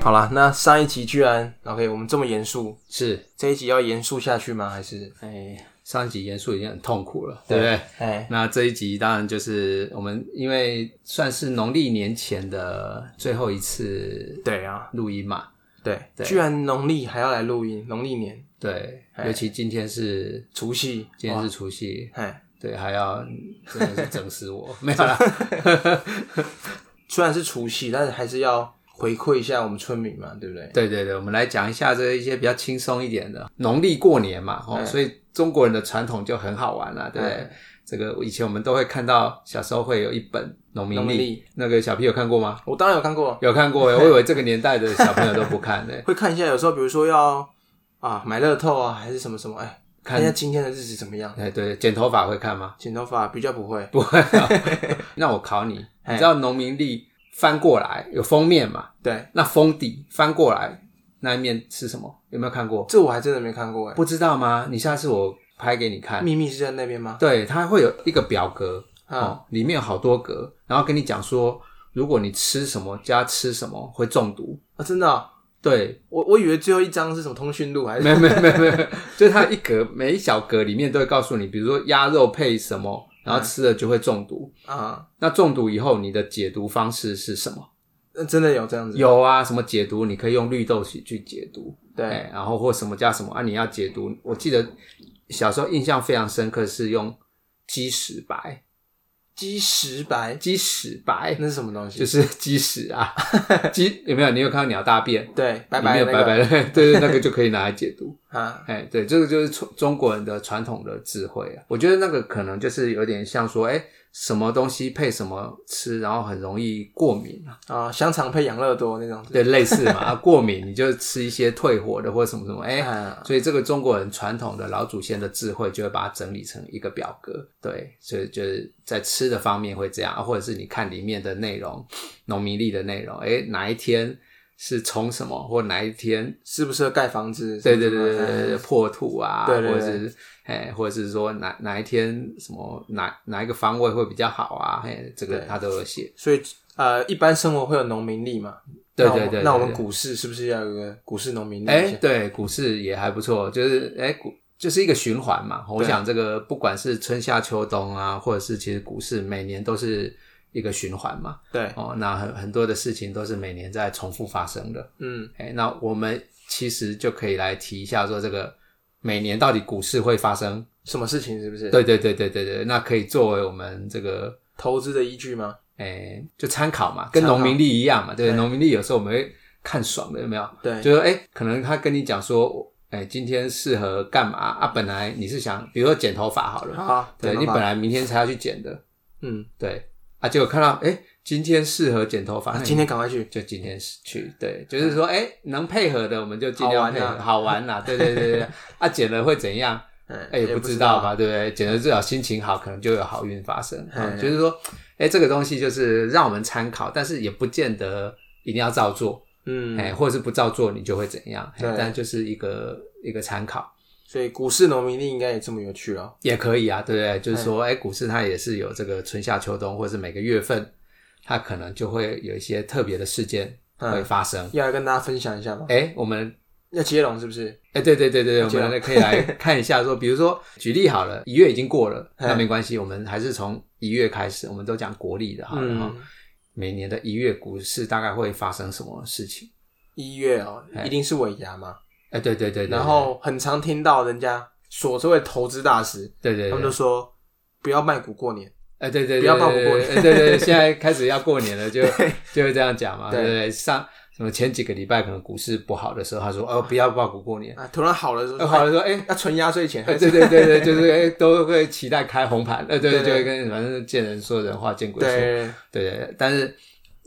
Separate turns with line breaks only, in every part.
好啦，那上一集居然 OK，我们这么严肃，
是，
这一集要严肃下去吗？还是
哎，上一集严肃已经很痛苦了，对不对？
哎，
那这一集当然就是我们因为算是农历年前的最后一次
对啊，
录音嘛，
对，
对
居然农历还要来录音，农历年
对，
哎
尤其今天是
除夕，
今天
哇
是除夕，
哎，
对，还要真的是整死我， 没有啦，
虽然是除夕，但是还是要回馈一下我们村民嘛，对不对？
对对对，我们来讲一下这一些比较轻松一点的农历过年嘛，哦，
嗯
所以中国人的传统就很好玩啦、对不对？
嗯
这个以前我们都会看到，小时候会有一本农民
农民
历
历，
那个小 P 有看过吗？
我当然有看过，
有看过欸 耶，我以为这个年代的小朋友都不看欸呢、
会看一下，有时候比如说要啊买乐透啊，还是什么什么，哎，
看
看一下今天的日子怎么样。
哎，对，剪头发会 看吗？
剪头发比较不会，
不会、啊。那我考你，
哎
你知道农民历翻过来有封面嘛？
对，
那封底翻过来那一面是什么？有没有看过？
这我还真的没看过哎。
不知道吗？你下次我拍给你看。
秘密是在那边吗？
对，它会有一个表格，
嗯
哦，里面有好多格，然后跟你讲说，如果你吃什么加吃什么会中毒。
啊，真的哦、
对，
我我以为最后一张是什么通讯录还是
没有没有没有没有， 就是它一格每一小格里面都会告诉你，比如说鸭肉配什么，然后吃了就会中毒。
啊，
那中毒以后，你的解毒方式是什么？
那真的有这样子，
有啊，什么解毒？你可以用绿豆去去解毒，
对，
哎然后或什么加什么啊？你要解毒，我记得小时候印象非常深刻是用鸡屎白，
鸡石白
鸡屎白，
那是什么东西？
就是是鸡屎啊，鸡有没有？你有看到鸟大便？
对，白
里面
白
有
的
白
那
白
个
的，对对，那个就可以拿来解毒。
啊，
哎，对，这个就是中中国人的传统的智慧啊。我觉得那个可能就是有点像说，哎，什么东西配什么吃，然后很容易过敏啊，
啊，香肠配养乐多那种子，
对，类似嘛。啊，过敏你就吃一些退火的或什么什么，哎。
啊，
所以这个中国人传统的老祖先的智慧，就会把它整理成一个表格，对，所以就是在吃的方面会这样，啊或者是你看里面的内容，农民历的内容，哎，哪一天是冲什么，或哪一天
适不适合盖房子？
对对对
什么
对
什么
对，对，破土啊，
对对
或
对
者是哎，或者是说哪哪一天什么哪哪一个方位会比较好啊？哎，这个
对
他都有写。
所以呃，一般生活会有农民力嘛，
对
那我
对
们
对，
那我
对
们
对
股市是不是要有个股市农民力？
哎，对股市也还不错，就是哎股就是一个循环嘛。我
对
想这个不管是春夏秋冬啊，或者是其实股市每年都是一个循环嘛。
对，
哦，那很很多的事情都是每年在重复发生的。
嗯，
哎，那我们其实就可以来提一下说这个。每年到底股市会发生
什么事情是不是？，
对对对对对对，那可以作为我们这个
投资的依据吗？
诶、就参考嘛，跟
参考
农民历一样嘛，对不对，
对
农民历有时候我们会看爽的，有没有？
对，
就是诶、可能他跟你讲说，诶、今天适合干嘛啊？本来你是想，比如说剪头发好了，
好，
对
剪
你
头发
本来明天才要去剪的，
嗯，
对啊，结果看到诶、今天适合剪头发，那
啊
你
今天赶快去，
就今天去，对，就是说，哎、能配合的我们就尽量配合，
好玩啊
好玩啦、对对对对，啊，剪了会怎样？
哎
哎、也不知道吧，对不对？剪了至少心情好，可能就有好运发生。嗯，
嗯
就是说，哎、这个东西就是让我们参考，但是也不见得一定要照做，
嗯，
哎、或者是不照做你就会怎样，哎
对
但就是一个一个参考
所以股市农民力应该也这么有趣哦。
也可以啊，对不对？就是说，哎、股市它也是有这个春夏秋冬，或者是每个月份，它可能就会有一些特别的事件会
嗯，
发生。
要来跟大家分享一下吗？
哎、我们。
要接龙是不是？
哎、对对对对对，我
这样
们可以来看一下说，比如说举例好了，一月已经过了，那
嗯
没关系，我们还是从一月开始，我们都讲国历的好了哈、
嗯，
每年的一月股市大概会发生什么事情？
一月哦，
哎
一定是尾牙嘛。
哎、对对对对，
然后很常听到人家说这位投资大师，
对对
他们
对
就
对，
说不要卖股过年，
哎、对对对，
不要怕我
对
过
对
年
哎对对对，现在开始要过年了，就
对
就会这样讲嘛，对
对
对对，上什么前几个礼拜可能股市不好的时候，他说哦，不要报股过年，
啊，突然好了之后
呃、
说，
好
好
了说哎。
要存压岁钱，
哎
还是
对对对对，就是哎、都会期待开红盘，呃，对对，
对对
就会跟反正见人说人话，见鬼说
对
对对，对但是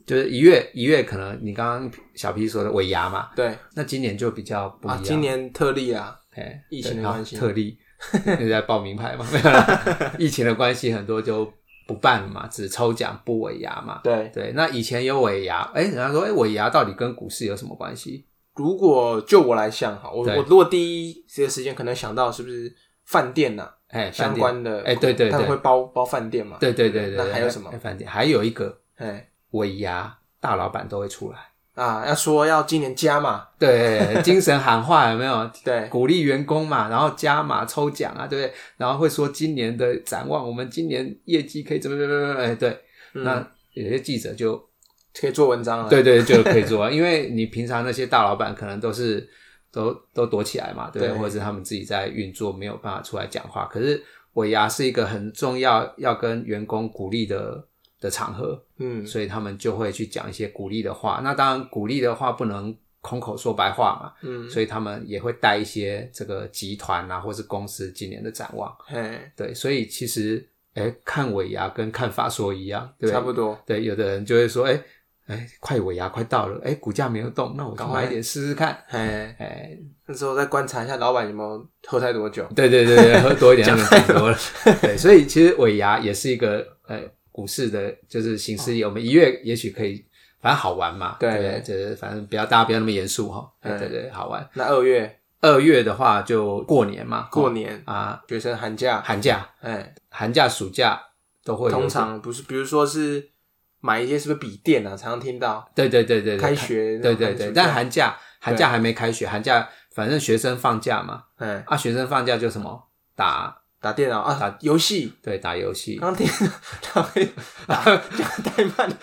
就是一月一月，可能你刚刚小 P 说的尾牙嘛，
对
那今年就比较不一
啊
样。，
今年特例啊，
哎，
疫情的
对好
关系
特 例你在报名牌嘛，没有啦疫情的关系，很多就不办了嘛，只抽奖不尾牙嘛。
对，
对，那以前有尾牙，哎，人家说，哎，尾牙到底跟股市有什么关系？
如果就我来想哈，我
对
我如果第一时间时间可能想到是不是饭店呐
哎，
相
饭店
关的，
哎对对对
他们会包包饭店嘛，
对对对对，
那还有
哎
什么
哎饭店还有一个
哎
尾牙，大老板都会出来，
啊，要说要今年加嘛，
对，精神喊话有没有？
对
鼓励员工嘛，然后加码抽奖啊，对不对？然后会说今年的展望，我们今年业绩可以怎么怎么怎么？哎，对，那有些记者就
嗯可以做文章了。
对对就可以做啊，因为你平常那些大老板可能都是都都躲起来嘛，对不对？
对
或者是他们自己在运作，没有办法出来讲话。可是尾牙是一个很重要要跟员工鼓励的的场合，
嗯，
所以他们就会去讲一些鼓励的话。那当然，鼓励的话不能空口说白话嘛，
嗯
所以他们也会带一些这个集团啊，或是公司今年的展望。
嘿，
对，所以其实，哎，看尾牙跟看法说一样，对不对
差不多。
对，有的人就会说，哎哎，快尾牙快到了，哎，股价没有动，那我就
赶快
买一点试试看。
嘿，
哎，
那时候再观察一下老板有没有喝太多酒。
对对对对，喝多 一点，他们讲多了。对，所以其实尾牙也是一个呃股市的，就是形式。我们一月也许可以，反正好玩嘛。
哦对
不就是反正不要大家不要那么严肃哈。
嗯
对对对，好玩。
那二月
二月的话就过年嘛，
过年，
啊，
学生寒假，
寒假、
哎，
寒假、暑假都会有
通。常不是，比如说是买一些是不是笔电啊，常常听到
对对对对，对
开学
对对
寒暑
对，
假
但寒假寒假还没开学，寒假反正学生放假嘛，
哎
啊，学生放假就什么打
打电脑啊，打游戏。
对打游戏，
刚刚听 打打讲太慢了，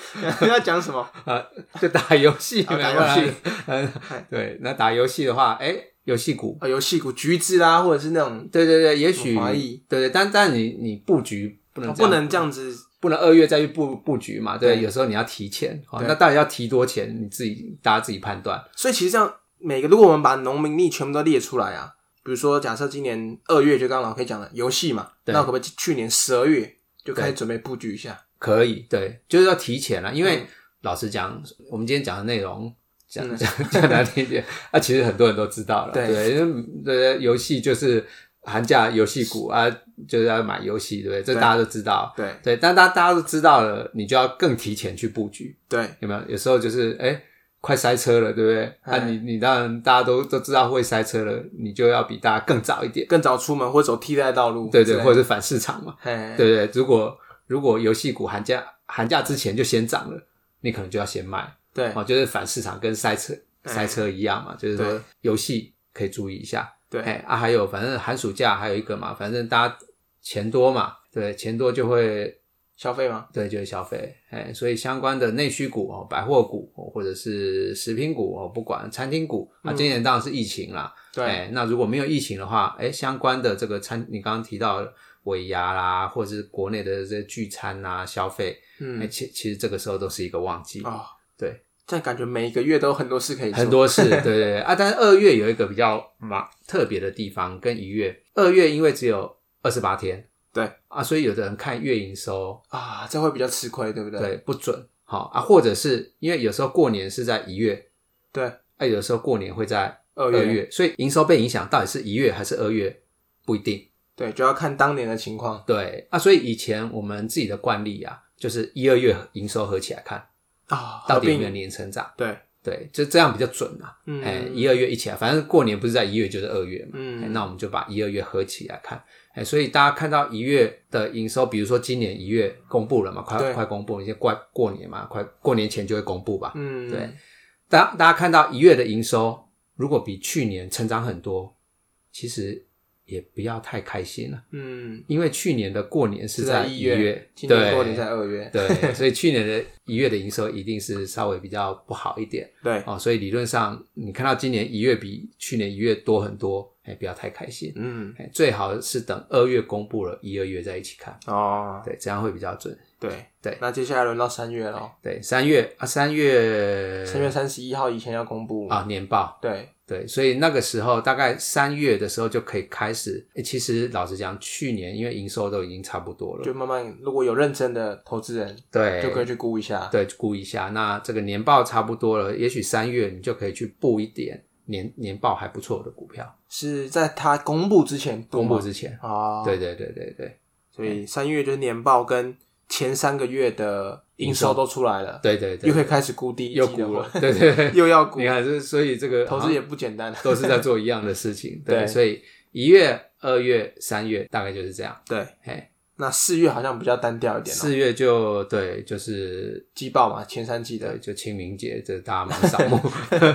要讲什么？
啊， 就打游戏，
啊打
没有啦
游戏，
嗯，对，那打游戏的话，哎、游戏股，
啊，游戏股橘子啦，或者是那种
对对对，也许
我怀疑
对对，但但你你布局不能
啊
嗯这样
不能这样子
不能二月再去布布局嘛，对，
对
有时候你要提前，哦
对
那到底要提多钱，你自己大家自己判断，
所以其实这样，每个如果我们把农民历全部都列出来啊，比如说假设今年二月就刚刚老 K 讲了游戏嘛，
对
那我可不可以去年十二月就开始准备布局一下？
可以，对，就是要提前啊了，因为、
嗯
老实讲，我们今天讲的内容。讲
嗯
讲讲难听一 点，啊，其实很多人都知道了，
对
对，因为对游戏就是寒假游戏股啊，就是要买游戏，对不对？这
对
大家都知道，
对
对，但大家大家都知道了，你就要更提前去布局，
对
有没有？有时候就是哎、快塞车了，对不对？啊
哎
你，你当然大家都都知道会塞车了，你就要比大家更早一点，
更早出门或者走替代道路之
对
类的，
对，或者是反市场嘛，
嘿，
对不对？如果如果游戏股寒假寒假之前就先涨了，你可能就要先卖
对
哦，就是反市场跟塞车
哎
塞车一样嘛，就是
对
说游戏可以注意一下，
对
哎啊，还有反正寒暑假还有一个嘛，反正大家钱多嘛，对，钱多就会
消费吗？
对，就是消费，哎，所以相关的内需股哦，百货股哦或者是食品股哦，不管餐厅股啊，
嗯
今年当然是疫情啦，
对
哎，那如果没有疫情的话，哎，相关的这个餐，你刚刚提到的尾牙啦，或者是国内的这些聚餐啦、消费，哎，
嗯
其其实这个时候都是一个旺季，
哦，
对，
这样感觉每一个月都有很多事可以做
很多事，对对对啊，但是二月有一个比较嘛特别的地方，跟一月，二月因为只有二十八天，
对
啊，所以有的人看月营收，
啊，这会比较吃亏，对不对？
对，不准。好啊，或者是因为有时候过年是在一月，
对，
哎、有时候过年会在
二
二
月
月，所以营收被影响到底是一月还是二月不一定。
对，就要看当年的情况。
对啊，所以以前我们自己的惯例啊，就是一二月营收合起来看，
啊，
到
合
底有没有
并
年成长。
对，
对，就这样比较准啊。
嗯
哎、一二月一起来，反正过年不是在一月就是二月嘛。
嗯
哎那我们就把一二月合起来看。哎，所以大家看到一月的营收，比如说今年一月公布了嘛，快
对
快公布，因为过过年嘛，快过年前就会公布吧。
嗯，
对，大大家看到一月的营收，如果比去年成长很多，其实也不要太开心了，
嗯，
因为去年的过年是
是在
在
一
一
月，今年
对，
过年在二月，
对，所以去年的一月的营收一定是稍微比较不好一点
对，
哦，所以理论上你看到今年一月比去年一月多很多，哎，不要太开心，
嗯，
哎，最好是等二月公布了，一二月在一起看，
哦，
对，这样会比较准。
对
对
那接下来轮到三月喽，
对，三月啊，三月
三月三十一号以前要公布
啊，，年报，
对，
对，所以那个时候大概三月的时候就可以开始。诶其实老实讲，去年因为营收都已经差不多
就
了，
慢慢如果有认真的投资人，
对，
就可以去估一下，
对估一下。那这个年报差不多了，也许三月你就可以去布一点年年报还不错的股票，
是在他公布之前
公布
之
之前。
哦，
对，对对对对
所以三月就是年报跟前三个月的营收都出来了，
对对对，
又可以开始估第一
又
季的
估
了
了，，对对对。
又要估
你，看，啊这所以这个
投
好
资
像
也不简单，啊
都是在 做一样的事情，
对
对，所以一月、二月、三月大概就是这样，
对。
嘿，
那四月好像比较单调一点、哦，
四月就对，就是
季报嘛，前三季的
对， 就清明节，这大家蛮扫墓。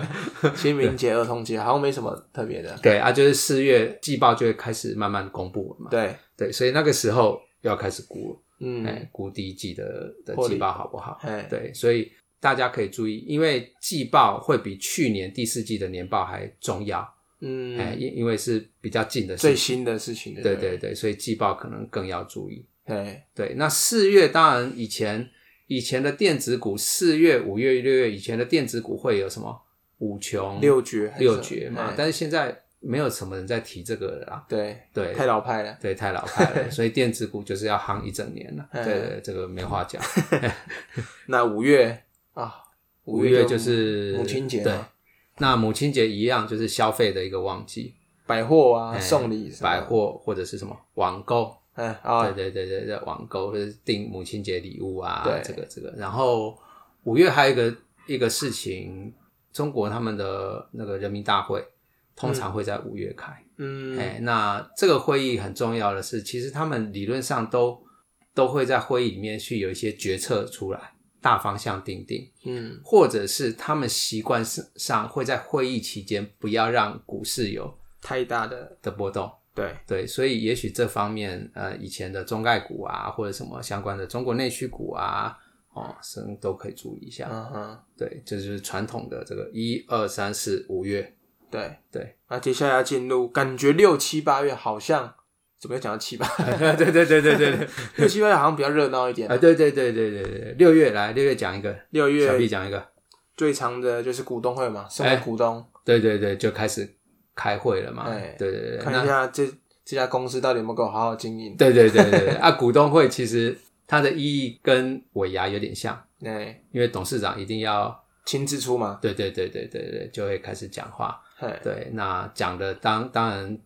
清明节、儿童节好像没什么特别的。
对啊，就是四月季报就会开始慢慢公布了嘛。
对，
对，所以那个时候又要开始估了，哎、
嗯，
估第一季的的
获利
季报好不好？
哎，
对，所以大家可以注意，因为季报会比去年第四季的年报还重要，哎、
嗯，
因因为是比较近的事
最
情。
新的事情，
对对对，所以季报可能更要注意。
对，
对，那四月当然以前以前的电子股，四月、五月、六月以前的电子股会有什么五穷
六绝还是
六绝嘛
哎？
但是现在没有什么人在提这个了啦。
对，
对，
太老派了，
对，太老派 了，所以电子股就是要夯一整年了。
嗯
对对，对这个没话讲。
那五月啊，
五
月
月就是
母亲节嘛，
对。那母亲节一样就是消费的一个旺季，
百货啊，
哎
送礼什么
百，货或者是什么网购，
哎啊，
对对对对对，网购就是订母亲节礼物啊，
对
这个这个。然后五月还有一个一个事情，中国他们的那个人民大会通常会在五月开，
嗯，
哎、那这个会议很重要的是，其实他们理论上都都会在会议里面去有一些决策出来，大方向定定，
嗯，
或者是他们习惯上会在会议期间不要让股市有
太大的，
的波动。
对，
对，所以也许这方面，呃，以前的中概股啊，或者什么相关的中国内需股啊，哦，生都可以注意一下。
嗯哼，
对，这就是传统的这个一二三四五月，
对
对。
那接下来要进入，感觉六七八月好像怎么又讲到 七八？
对对对对对对，
六七八月好像比较热闹一点
啊，。对对对对对对，六月来，六月讲一个，
六
小
月
毕讲一个，
最长的就是股东会嘛，送给
哎
股东，
对对对，就开始开会了嘛
哎，
对对对，
看一
那
下这这家公司到底有没有给我好好经营。
对对对对对，啊，股东会其实它的意义跟尾牙有点像，
哎，
因为董事长一定要，
亲自出嘛，
对对对对对对，就会开始讲话，
嘿，
对，那讲的当当然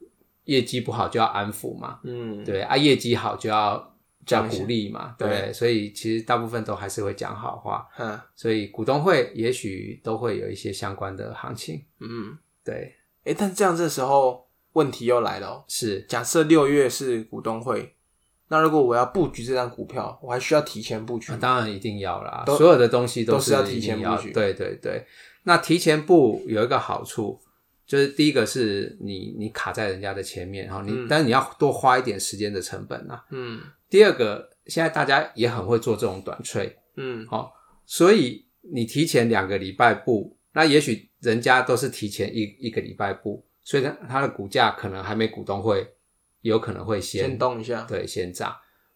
业绩不好就要安抚嘛，
嗯，
对啊，业绩好就要就要
讲一下
鼓励嘛，对，
对
所以其实大部分都还是会讲好话，
嗯
所以股东会也许都会有一些相关的行情，
嗯，
对，
哎，但这样这时候问题又来了哦。
是，
假设六月是股东会，那如果我要布局这张股票，我还需要提前布局
啊、
吗。
当然一定要啦，
都
所有的东西
都是
是
要
一定
提前布
要
局
对对对，那提前布有一个好处。就是第一个是你你卡在人家的前面，然后你、
嗯
但是你要多花一点时间的成本啊。
嗯
第二个，现在大家也很会做这种短脆，
嗯
所以你提前两个礼拜布，那也许人家都是提前一一个礼拜布，所以它它的股价可能还没股东会，有可能会先
先动一下。
对先涨。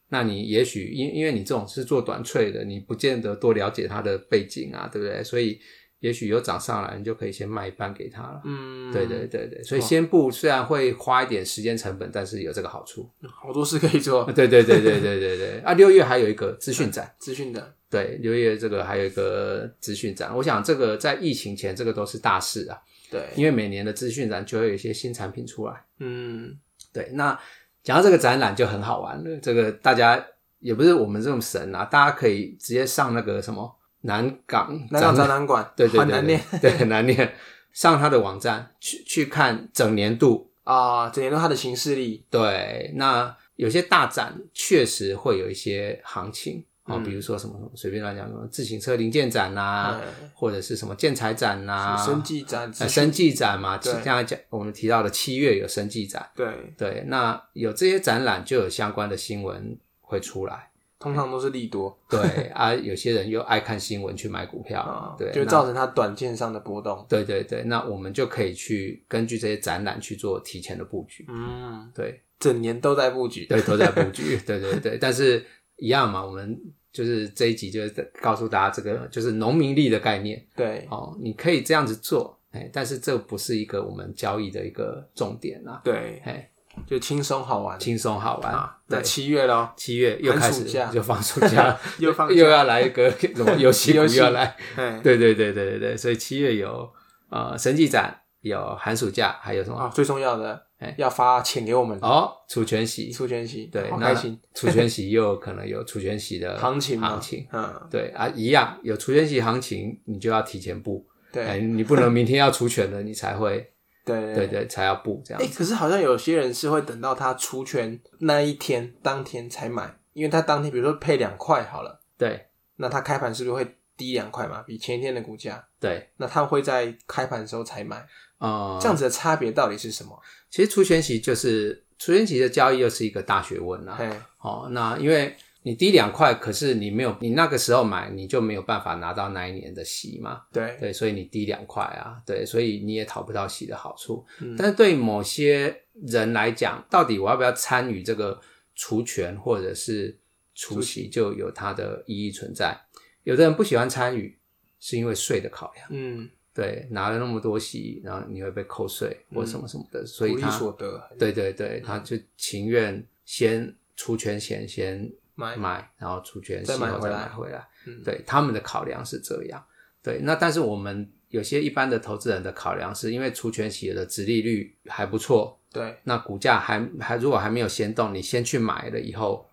那你也许因因为你这种是做短脆的，你不见得多了解它的背景啊，对不对？所以也许有涨上来，你就可以先卖一半给他了。
嗯，
对对，对对，所以先布虽然会花一点时间成本，但是有这个好处。
好多事可以做
啊，，对对对对对对对。啊，六月还有一个资讯展。
资讯的，
对，六月这个还有一个资讯展，我想这个在疫情前这个都是大事啊，
对，
因为每年的资讯展就会有一些新产品出来。
嗯
对，那讲到这个展览就很好玩了，这个大家也不是我们这种神啊，大家可以直接上那个什么南港
南港展
览，
览馆，
对对对，
很难念
对，对很难念，上他的网站去去看整年度。
啊，整年都它的形式力，
对，那有些大展确实会有一些行情啊、哦
嗯
比如说什么什么随便乱讲，什么自行车零件展啊。
哎
或者是什么建材展呐、
生技展
呃、
资讯，
生技展嘛，
对
刚才讲我们提到的七月有生技展，
对，
对，那有这些展览就有相关的新闻会出来，
通常都是利多
对啊，有些人又爱看新闻去买股票，
啊，
对，
就
那
造成它短线上的波动。
对对对，那我们就可以去根据这些展览去做提前的布局，
嗯，
对
整年都在布局，
对，都在布局，对对对，但是一样嘛，我们就是这一集就是告诉大家这个就是农民力的概念，
对
哦，你可以这样子做，哎，但是这不是一个我们交易的一个重点啊，
对，
哎，
就轻松好玩。
轻松好玩啊。
那
对，
七月咯，
七月又开
寒
始
暑假，
就放暑假
又放假
又要来一 个什么游戏股
游
又
戏
要来，
哎，
对对对对对对，所以七月有呃神技展，有寒暑假，还有什
啊，
么？
最重要的
哎
要发钱给我们，
哦，除权息，
出全息，
对，
好
那
开心，
除权息又有可能有除权息的
行情嘛
行情。
嗯，
对啊，一样有除权息行情，你就要提前布，哎，
对
你不能明天要除权了，你才会
对
对对，才要布这样
哎、。可是好像有些人是会等到他出圈那一天当天才买，因为他当天比如说配两块好了，
对
那他开盘是不是会低两块嘛？比前一天的股价，
对，
那他会在开盘的时候才买，
嗯，
这样子的差别到底是什么？
其实除权息就是除权息的交易又是一个大学问啦、
嘿，
哦，那因为你低两块，可是你没有你那个时候买，你就没有办法拿到那一年的息嘛。
对，
对，所以你低两块啊，对，所以你也讨不到息的好处。
嗯
但是对某些人来讲，到底我要不要参与这个除权或者是除息，就有它的意义存在。有的人不喜欢参与，是因为税的考量，
嗯，
对，拿了那么多息，然后你会被扣税或什么什么的，所以
福利
他
所得，
对对对，他就情愿先出权前先
买
买，然后出权息
再买
后
回
再
来
买回来。
嗯
对，他们的考量是这样。对，那但是我们有些一般的投资人的考量是因为除权息的殖利率还不错，
对，
那股价还还如果还没有先动，你先去买了以后，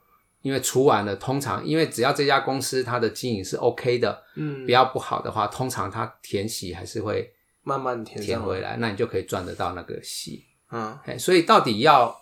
因为除完了，通常因为只要这家公司它的经营是 OK 的，
嗯
不，要不好的话，通常它填息还是会
慢慢填
填
上
回，来，那你就可以赚得到那个息。
嗯，
哎，所以到底要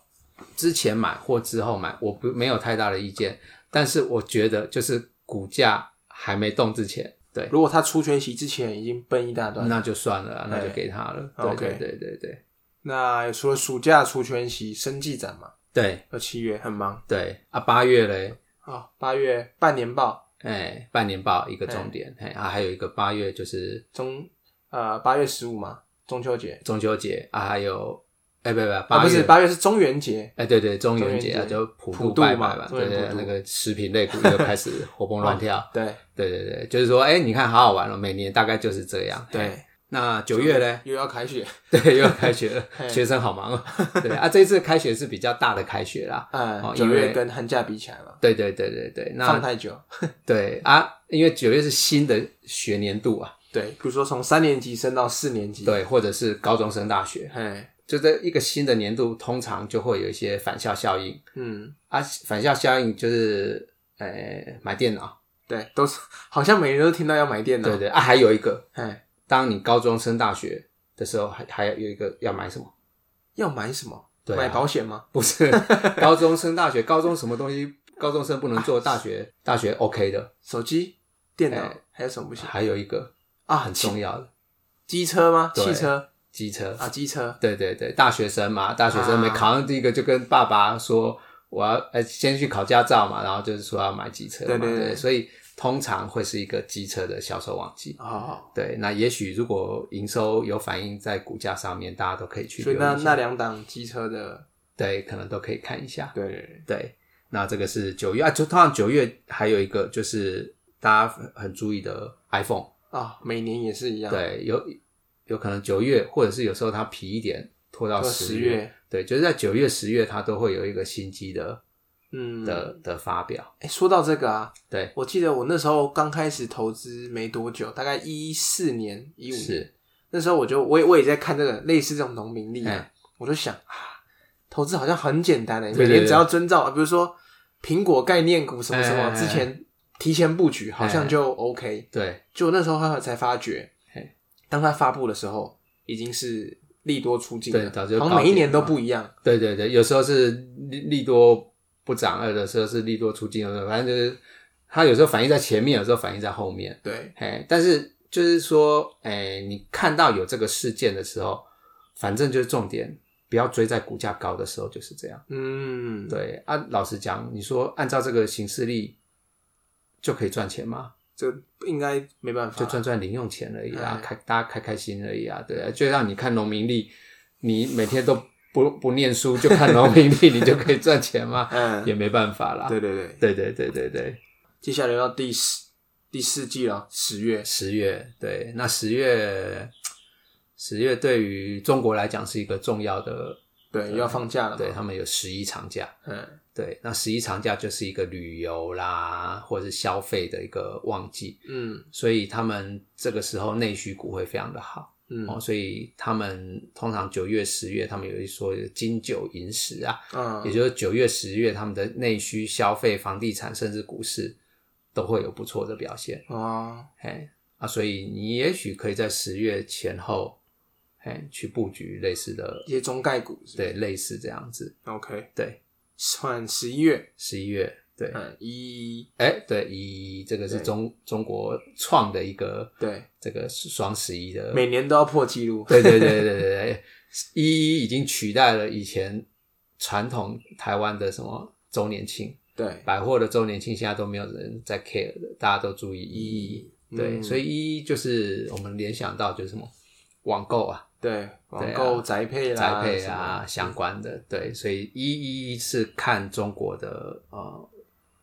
之前买或之后买，我不没有太大的意见，但是我觉得就是股价还没动之前，对，
如果他出全席之前已经奔一大段，
那就算了啊，那就
哎
给他了。对
OK
对对对对
那除了暑假出全席，生技展嘛，
对
到七月很忙
对啊，八月嘞，
啊，八、月半年报
哎，半年报一个重点，哎啊，还有一个八月就是
中呃八月十五嘛，中秋节
中秋节啊，还有哎不不不
啊
八
不是
月。
八月是中元节，
哎，对对，中
中
元
元
节啊，
节
就普
普
渡
渡
拜
嘛
拜吧，
中
对
元
对，
普渡哦
那个食品类股又开始 活蹦乱跳，
对
对对对，就是说，哎、你看，好好玩哦，每年大概就是这样。嘿，
对，？
那九月嘞
又要开学，
对，又要开学了，
嘿
学生好忙哦。 对啊，这一次开学是比较大的开学啦。
嗯，
哦
九、
因为
月跟寒假比起来嘛，
对对对对对，
放
那
太久，
对啊，因为九月是新的学年度啊，
对，比如说从三年级升到四年级，，
对，或者是高中升大学，
嘿，
就这一个新的年度，通常就会有一些返校效应
嗯，
啊。返校效应就是，呃、买电脑，
对，都是好像每年都听到要买电脑，
对对啊，还有一个，
嘿，
当你高中升大学的时候，还还有一个要买什么？
要买什么？
对啊
买保险吗？
不是高中升大学，高中什么东西高中生不能做，大学大学 OK 的。
手机、电脑、
哎
还有什么不行
还有一个
啊？
很重要的
机车吗？
对
汽车
机车，
啊，机车，
对对对，大学生嘛，大学生没
啊
考上第一个就跟爸爸说我要呃先去考驾照嘛，然后就是说要买机车
对
嘛，
对对
所以通常会是一个机车的销售旺季。
哦，
对，那也许如果营收有反映在股价上面，大家都可以去
所
留
以
意一
那
下。
那两档机车的，
对，可能都可以看一下。
对对对，
对，那这个是九月啊，就通常九月还有一个就是大家很注意的 iPhone，
啊，每年也是一样，，
对，有有可能九月或者是有时候它皮一点拖到
到
十
十月，
对，就是在九月、十月它都会有一个新机的
嗯，
的的发表，
哎，说到这个啊，
对，
我记得我那时候刚开始投资没多久，大概一四年、一五年，
是，
那时候我就我也我也在看这个类似这种农民历啊
哎，
我就想啊，投资好像很简单诶，
对对
每
对
年只要遵照，啊比如说苹果概念股什么什
哎
么，
哎哎
之前提前布局好像就 OK，
对，
就那时候他才发觉
嘿，
当他发布的时候，已经是利多出尽
对
了，
早就
好
高
像每一
点
年
了
都
嘛
不一样。
对对对，有时候是利利多不涨，有的时候是利多出尽，有的时候反正就是它有时候反映在前面，有时候反映在后面。
对，
哎，但是就是说，哎，你看到有这个事件的时候，反正就是重点，不要追在股价高的时候，就是这样。
嗯，
对啊，老实讲，你说按照这个形式力就可以赚钱吗？
这应该没办法
就
啦，
赚赚零用钱而已啊
哎，
开大家开开心而已啊，对啊，就让你看农民力，你每天都不不念书就看农民力，你就可以赚钱吗？
嗯，
也没办法啦。
对对对，
对对对对对。
接下来要第十第四季了，十月，
十月，对，那十月，十月对于中国来讲是一个重要的，
对，要放假了嘛，
对他们有十一长假，
嗯
对，那十一长假就是一个旅游啦，或者是消费的一个旺季，
嗯
所以他们这个时候内需股会非常的好、哦，
嗯
所以他们通常九月、十月，他们有一说金九银十啊，
嗯，
也就是九月、十月他们的内需消费、房地产甚至股市都会有不错的表现。
哦，
嘿，啊，所以你也许可以在十月前后哎，去布局类似的，
一些中概股是不
对，类似这样子，
是，OK，
对，
算十一月，
十一月，对，
嗯，一
哎、对，以这个是
对
中中国创的一个
对，
这个双十一的，
每年都要破纪录，
对对对对对对，一一已经取代了以前传统台湾的什么周年庆，
对，
百货的周年庆现在都没有人在 care 的，大家都注意一一。对，
嗯
所以一一就是我们联想到就是什么网购啊，
对，网
对啊
购宅配
栽
啦，
培
什么嗯
啊相关的，对，所以一一一是看中国的呃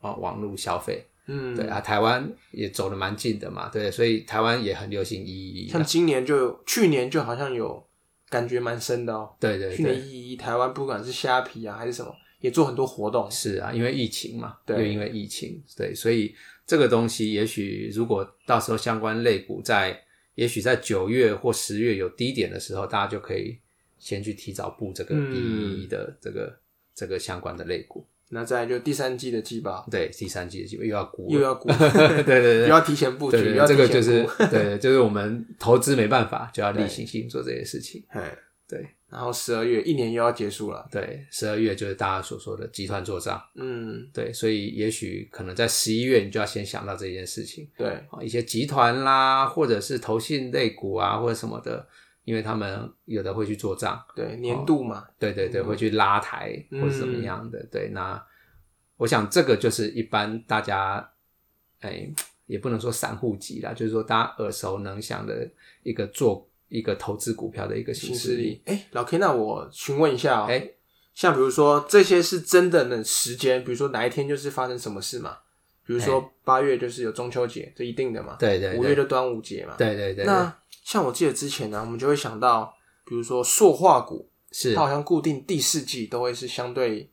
呃网络消费，
嗯，
对啊，台湾也走的蛮近的嘛，对，所以台湾也很流行一一一
像
啊，
今年就去年就好像有感觉蛮深的哦。
对对
去年
对，
一一台湾不管是虾皮啊还是什么，也做很多活动。
是啊，因为疫情嘛，
对
又因为疫情，对，所以这个东西也许如果到时候相关类股在，也许在九月或十月有低点的时候，大家就可以先去提早布这个
嗯
一一的这个、这个相关的类股，
那再来就第三季的季报
对，第三季的机会又要估
又
了。
要估，
对对对，
又要提前布局，
对
又要
对对，这个
提前
就是
估
对，对就是我们投资没办法，就要例行性做这些事情。
哎，
对
然后十二月一年又要结束了，
对，十二月就是大家所说的集团做账，
嗯，
对，所以也许可能在十一月你就要先想到这件事情
对，
啊，一些集团啦，或者是投信类股啊，或者什么的，因为他们有的会去做账，
对，年度嘛，
对对对，
嗯
会去拉抬
嗯
或者怎么样的。对，那我想这个就是一般大家，哎，也不能说散户级啦，就是说大家耳熟能详的一个做一个投资股票的一个形
新
式
势
力。
力。哎，老 K，那我询问一下哦，
哎，
像比如说这些是真的的时间，比如说哪一天就是发生什么事嘛？比如说八月就是有中秋节，这一定的嘛。
对对
五月
对，
就端午节嘛。
对对对，对
那像我记得之前呢、我们就会想到，比如说塑化股，
是
它好像固定第四季都会是相对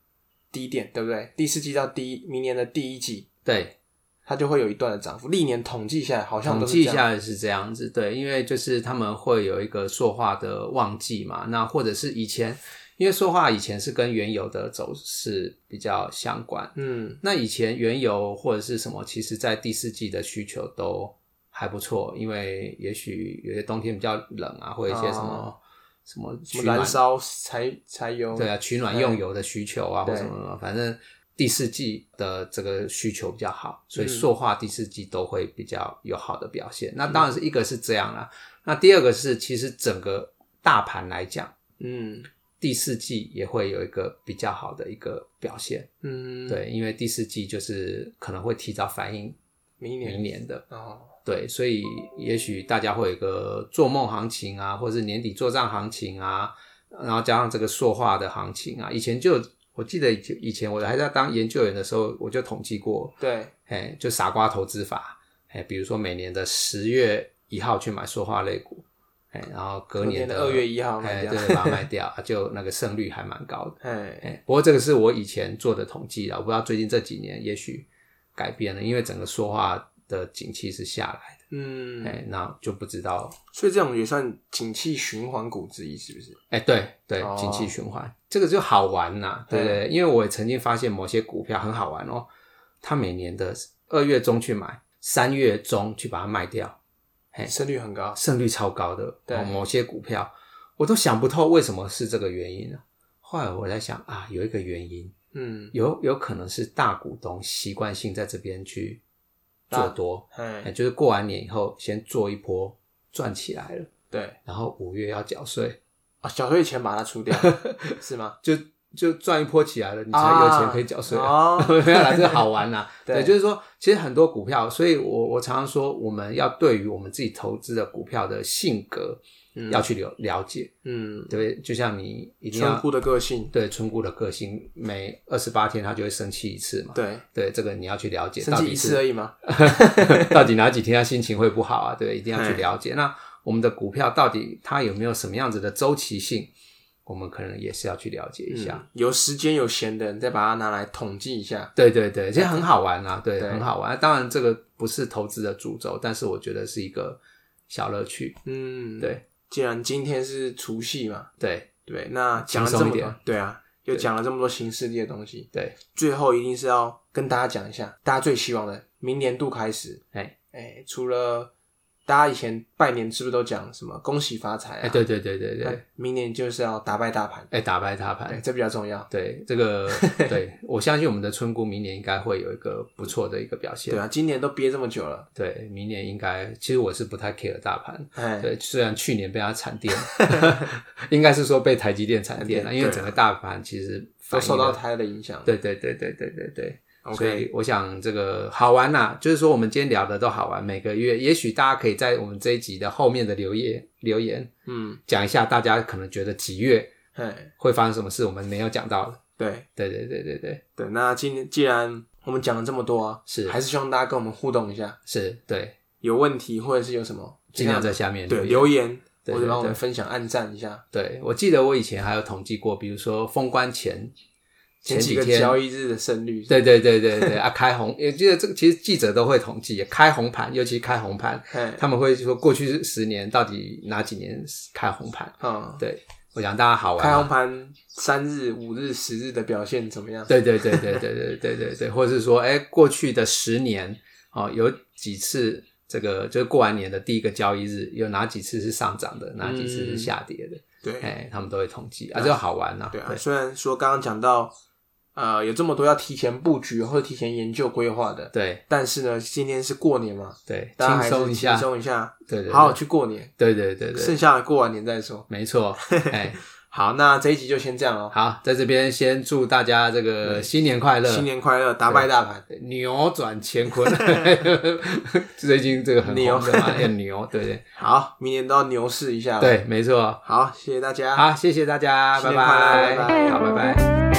低点，对不对？第四季到第一明年的第一季，
对，
它就会有一段的涨幅。历年统计下来，好像
统
都
计
是这样。
下来是这样子，对，因为就是他们会有一个塑化的旺季嘛，那或者是以前，因为塑化以前是跟原油的走势比较相关，
嗯，
那以前原油或者是什么，其实在第四季的需求都还不错，因为也许有些冬天比较冷啊，或者一些什么、
哦
什么
什
取
么
暖
燃烧柴柴油，
对啊，取暖用油的需求啊，
哎对
或什么什么，反正第四季的这个需求比较好，所以
嗯
塑化第四季都会比较有好的表现。
嗯
那当然是一个是这样啦，那第二个是其实整个大盘来讲，
嗯
第四季也会有一个比较好的一个表现。
嗯，，
对，因为第四季就是可能会提早反映
明年
明年的，
哦，
对，所以也许大家会有一个做梦行情啊，或者是年底做账行情啊，然后加上这个塑化的行情啊，以前就我记得以前以前我还在当研究员的时候，我就统计过，
对，
哎，就傻瓜投资法，哎，比如说每年的十月一号去买塑化类股，哎，然后隔
隔年
的
的2月1号卖
哎，
掉
对，把它卖掉，啊就那个胜率还蛮高的。
哎，
哎，不过这个是我以前做的统计啊，我不知道最近这几年也许改变了，因为整个说话的景气是下来的，
嗯，
哎、那就不知道，
所以这种也算景气循环股之一，是不是？
哎，对对
哦，嗯
景气循环、这个就好玩呐、对不对？因为我也曾经发现某些股票很好玩哦，它每年的二月中去买，三月中去把它卖掉，哎
胜率很高，
胜率超高的，
对
哦某些股票我都想不透为什么是这个原因呢、啊后来我在想啊，有一个原因，
嗯，
有有可能是大股东习惯性在这边去做多，哎，
哎，
就是过完年以后先做一波赚起来了，
对
然后五月要缴税，
啊，小税前把它出 掉，是吗？
就就赚一波起来了，你才有钱可以缴税、啊。
哦，
没有啦，这好玩啦。
对
对，就是说，其实很多股票，所以我我常常说，我们要对于我们自己投资的股票的性格
嗯
要去了了解，
嗯
对，不对？就像你一定
村
要
姑的个性，
对村姑的个性，每二十八天他就会生气一次嘛。
对，
对，这个你要去了解，
生
到
气
底
一
是
次而已嘛，
到底哪几天他心情会不好啊？对不对，一定要去了
哎
解。那我们的股票到底它有没有什么样子的周期性，我们可能也是要去了解一下。
嗯，有时间有闲的人再把它拿来统计一下，
对对对，其实很好玩啊，对，
对
很好玩。当然，这个不是投资的主轴，但是我觉得是一个小乐趣。
嗯，
对。
既然今天是除夕嘛，
对
对，那讲了这
轻松
么
一
多
点，
对啊，又讲了这么多新世界的东西，
对，
最后一定是要跟大家讲一下，大家最希望的明年度开始，
哎
哎，除了大家以前拜年是不是都讲什么恭喜发财
哎、
啊？
对对对对对，哎、
哎，明年就是要打败大盘，
打败他盘
对，，这比较重要。
对 这个，对我相信我们的村姑明年应该会有一个不错的一个表现
对。啊，今年都憋这么久了，
对，明年应该，其实我是不太 care 大盘。
哎，
对，虽然去年被它惨跌， 应该是说被台积电惨跌了，
对啊
因为整个大盘其实
都
反映
受到
了
它的影响。
对对对对对对对。所
OK，
以我想这个好玩呐、就是说我们今天聊的都好玩，每个月也许大家可以在我们这一集的后面的留言留言
嗯，
讲一下，大家可能觉得几月
哎，
会发生什么事，我们没有讲到的。
对
对对对对对，
对，那今天既然我们讲了这么多啊，
是
还是希望大家跟我们互动一下，
是对，
有问题或者是有什么，
尽量在下面
啊对
言。
留言，
对
或者
对
帮我们
对
分享、按赞一下。
对，我记得我以前还有统计过，比如说封关前
前几
几
个
天，
交易日的胜率，
对对对对对啊，开红，也记得这个其实记者都会统计开红盘，尤其开红盘，
哎，
他们会说过去十年到底哪几年开红盘？
嗯，
对，我想大家好玩啊
开红
嘛。
盘三日、五日、十日的表现怎么样？
对对对对对对对对 对，或者是说，哎，过去的十年哦，有几次这个就是过完年的第一个交易日，有哪几次是上涨的，哪几次是下跌的？
对
哎，他们都会统计啊，这好玩呐、
嗯对啊，虽然说刚刚讲到，呃，有这么多要提前布局或者提前研究规划的，
对
但是呢，今天是过年嘛，
对，
大家
轻
还
松
是
一
轻
下，
松一下，
对对对，
好好去过年，
对对对对，
剩下的过完年再说。
没错，哎，
好，那这一集就先这样哦，
好，在这边先祝大家这个新年快乐，
新年快乐，打败大盘，
扭转乾坤， 最近这个很红的 嘛，要牛，对不对？
好，明年都要牛市一下，，
对，没错。
好，谢谢大家，
好，谢谢大家，
新
拜
年快乐拜拜
哎好，拜拜。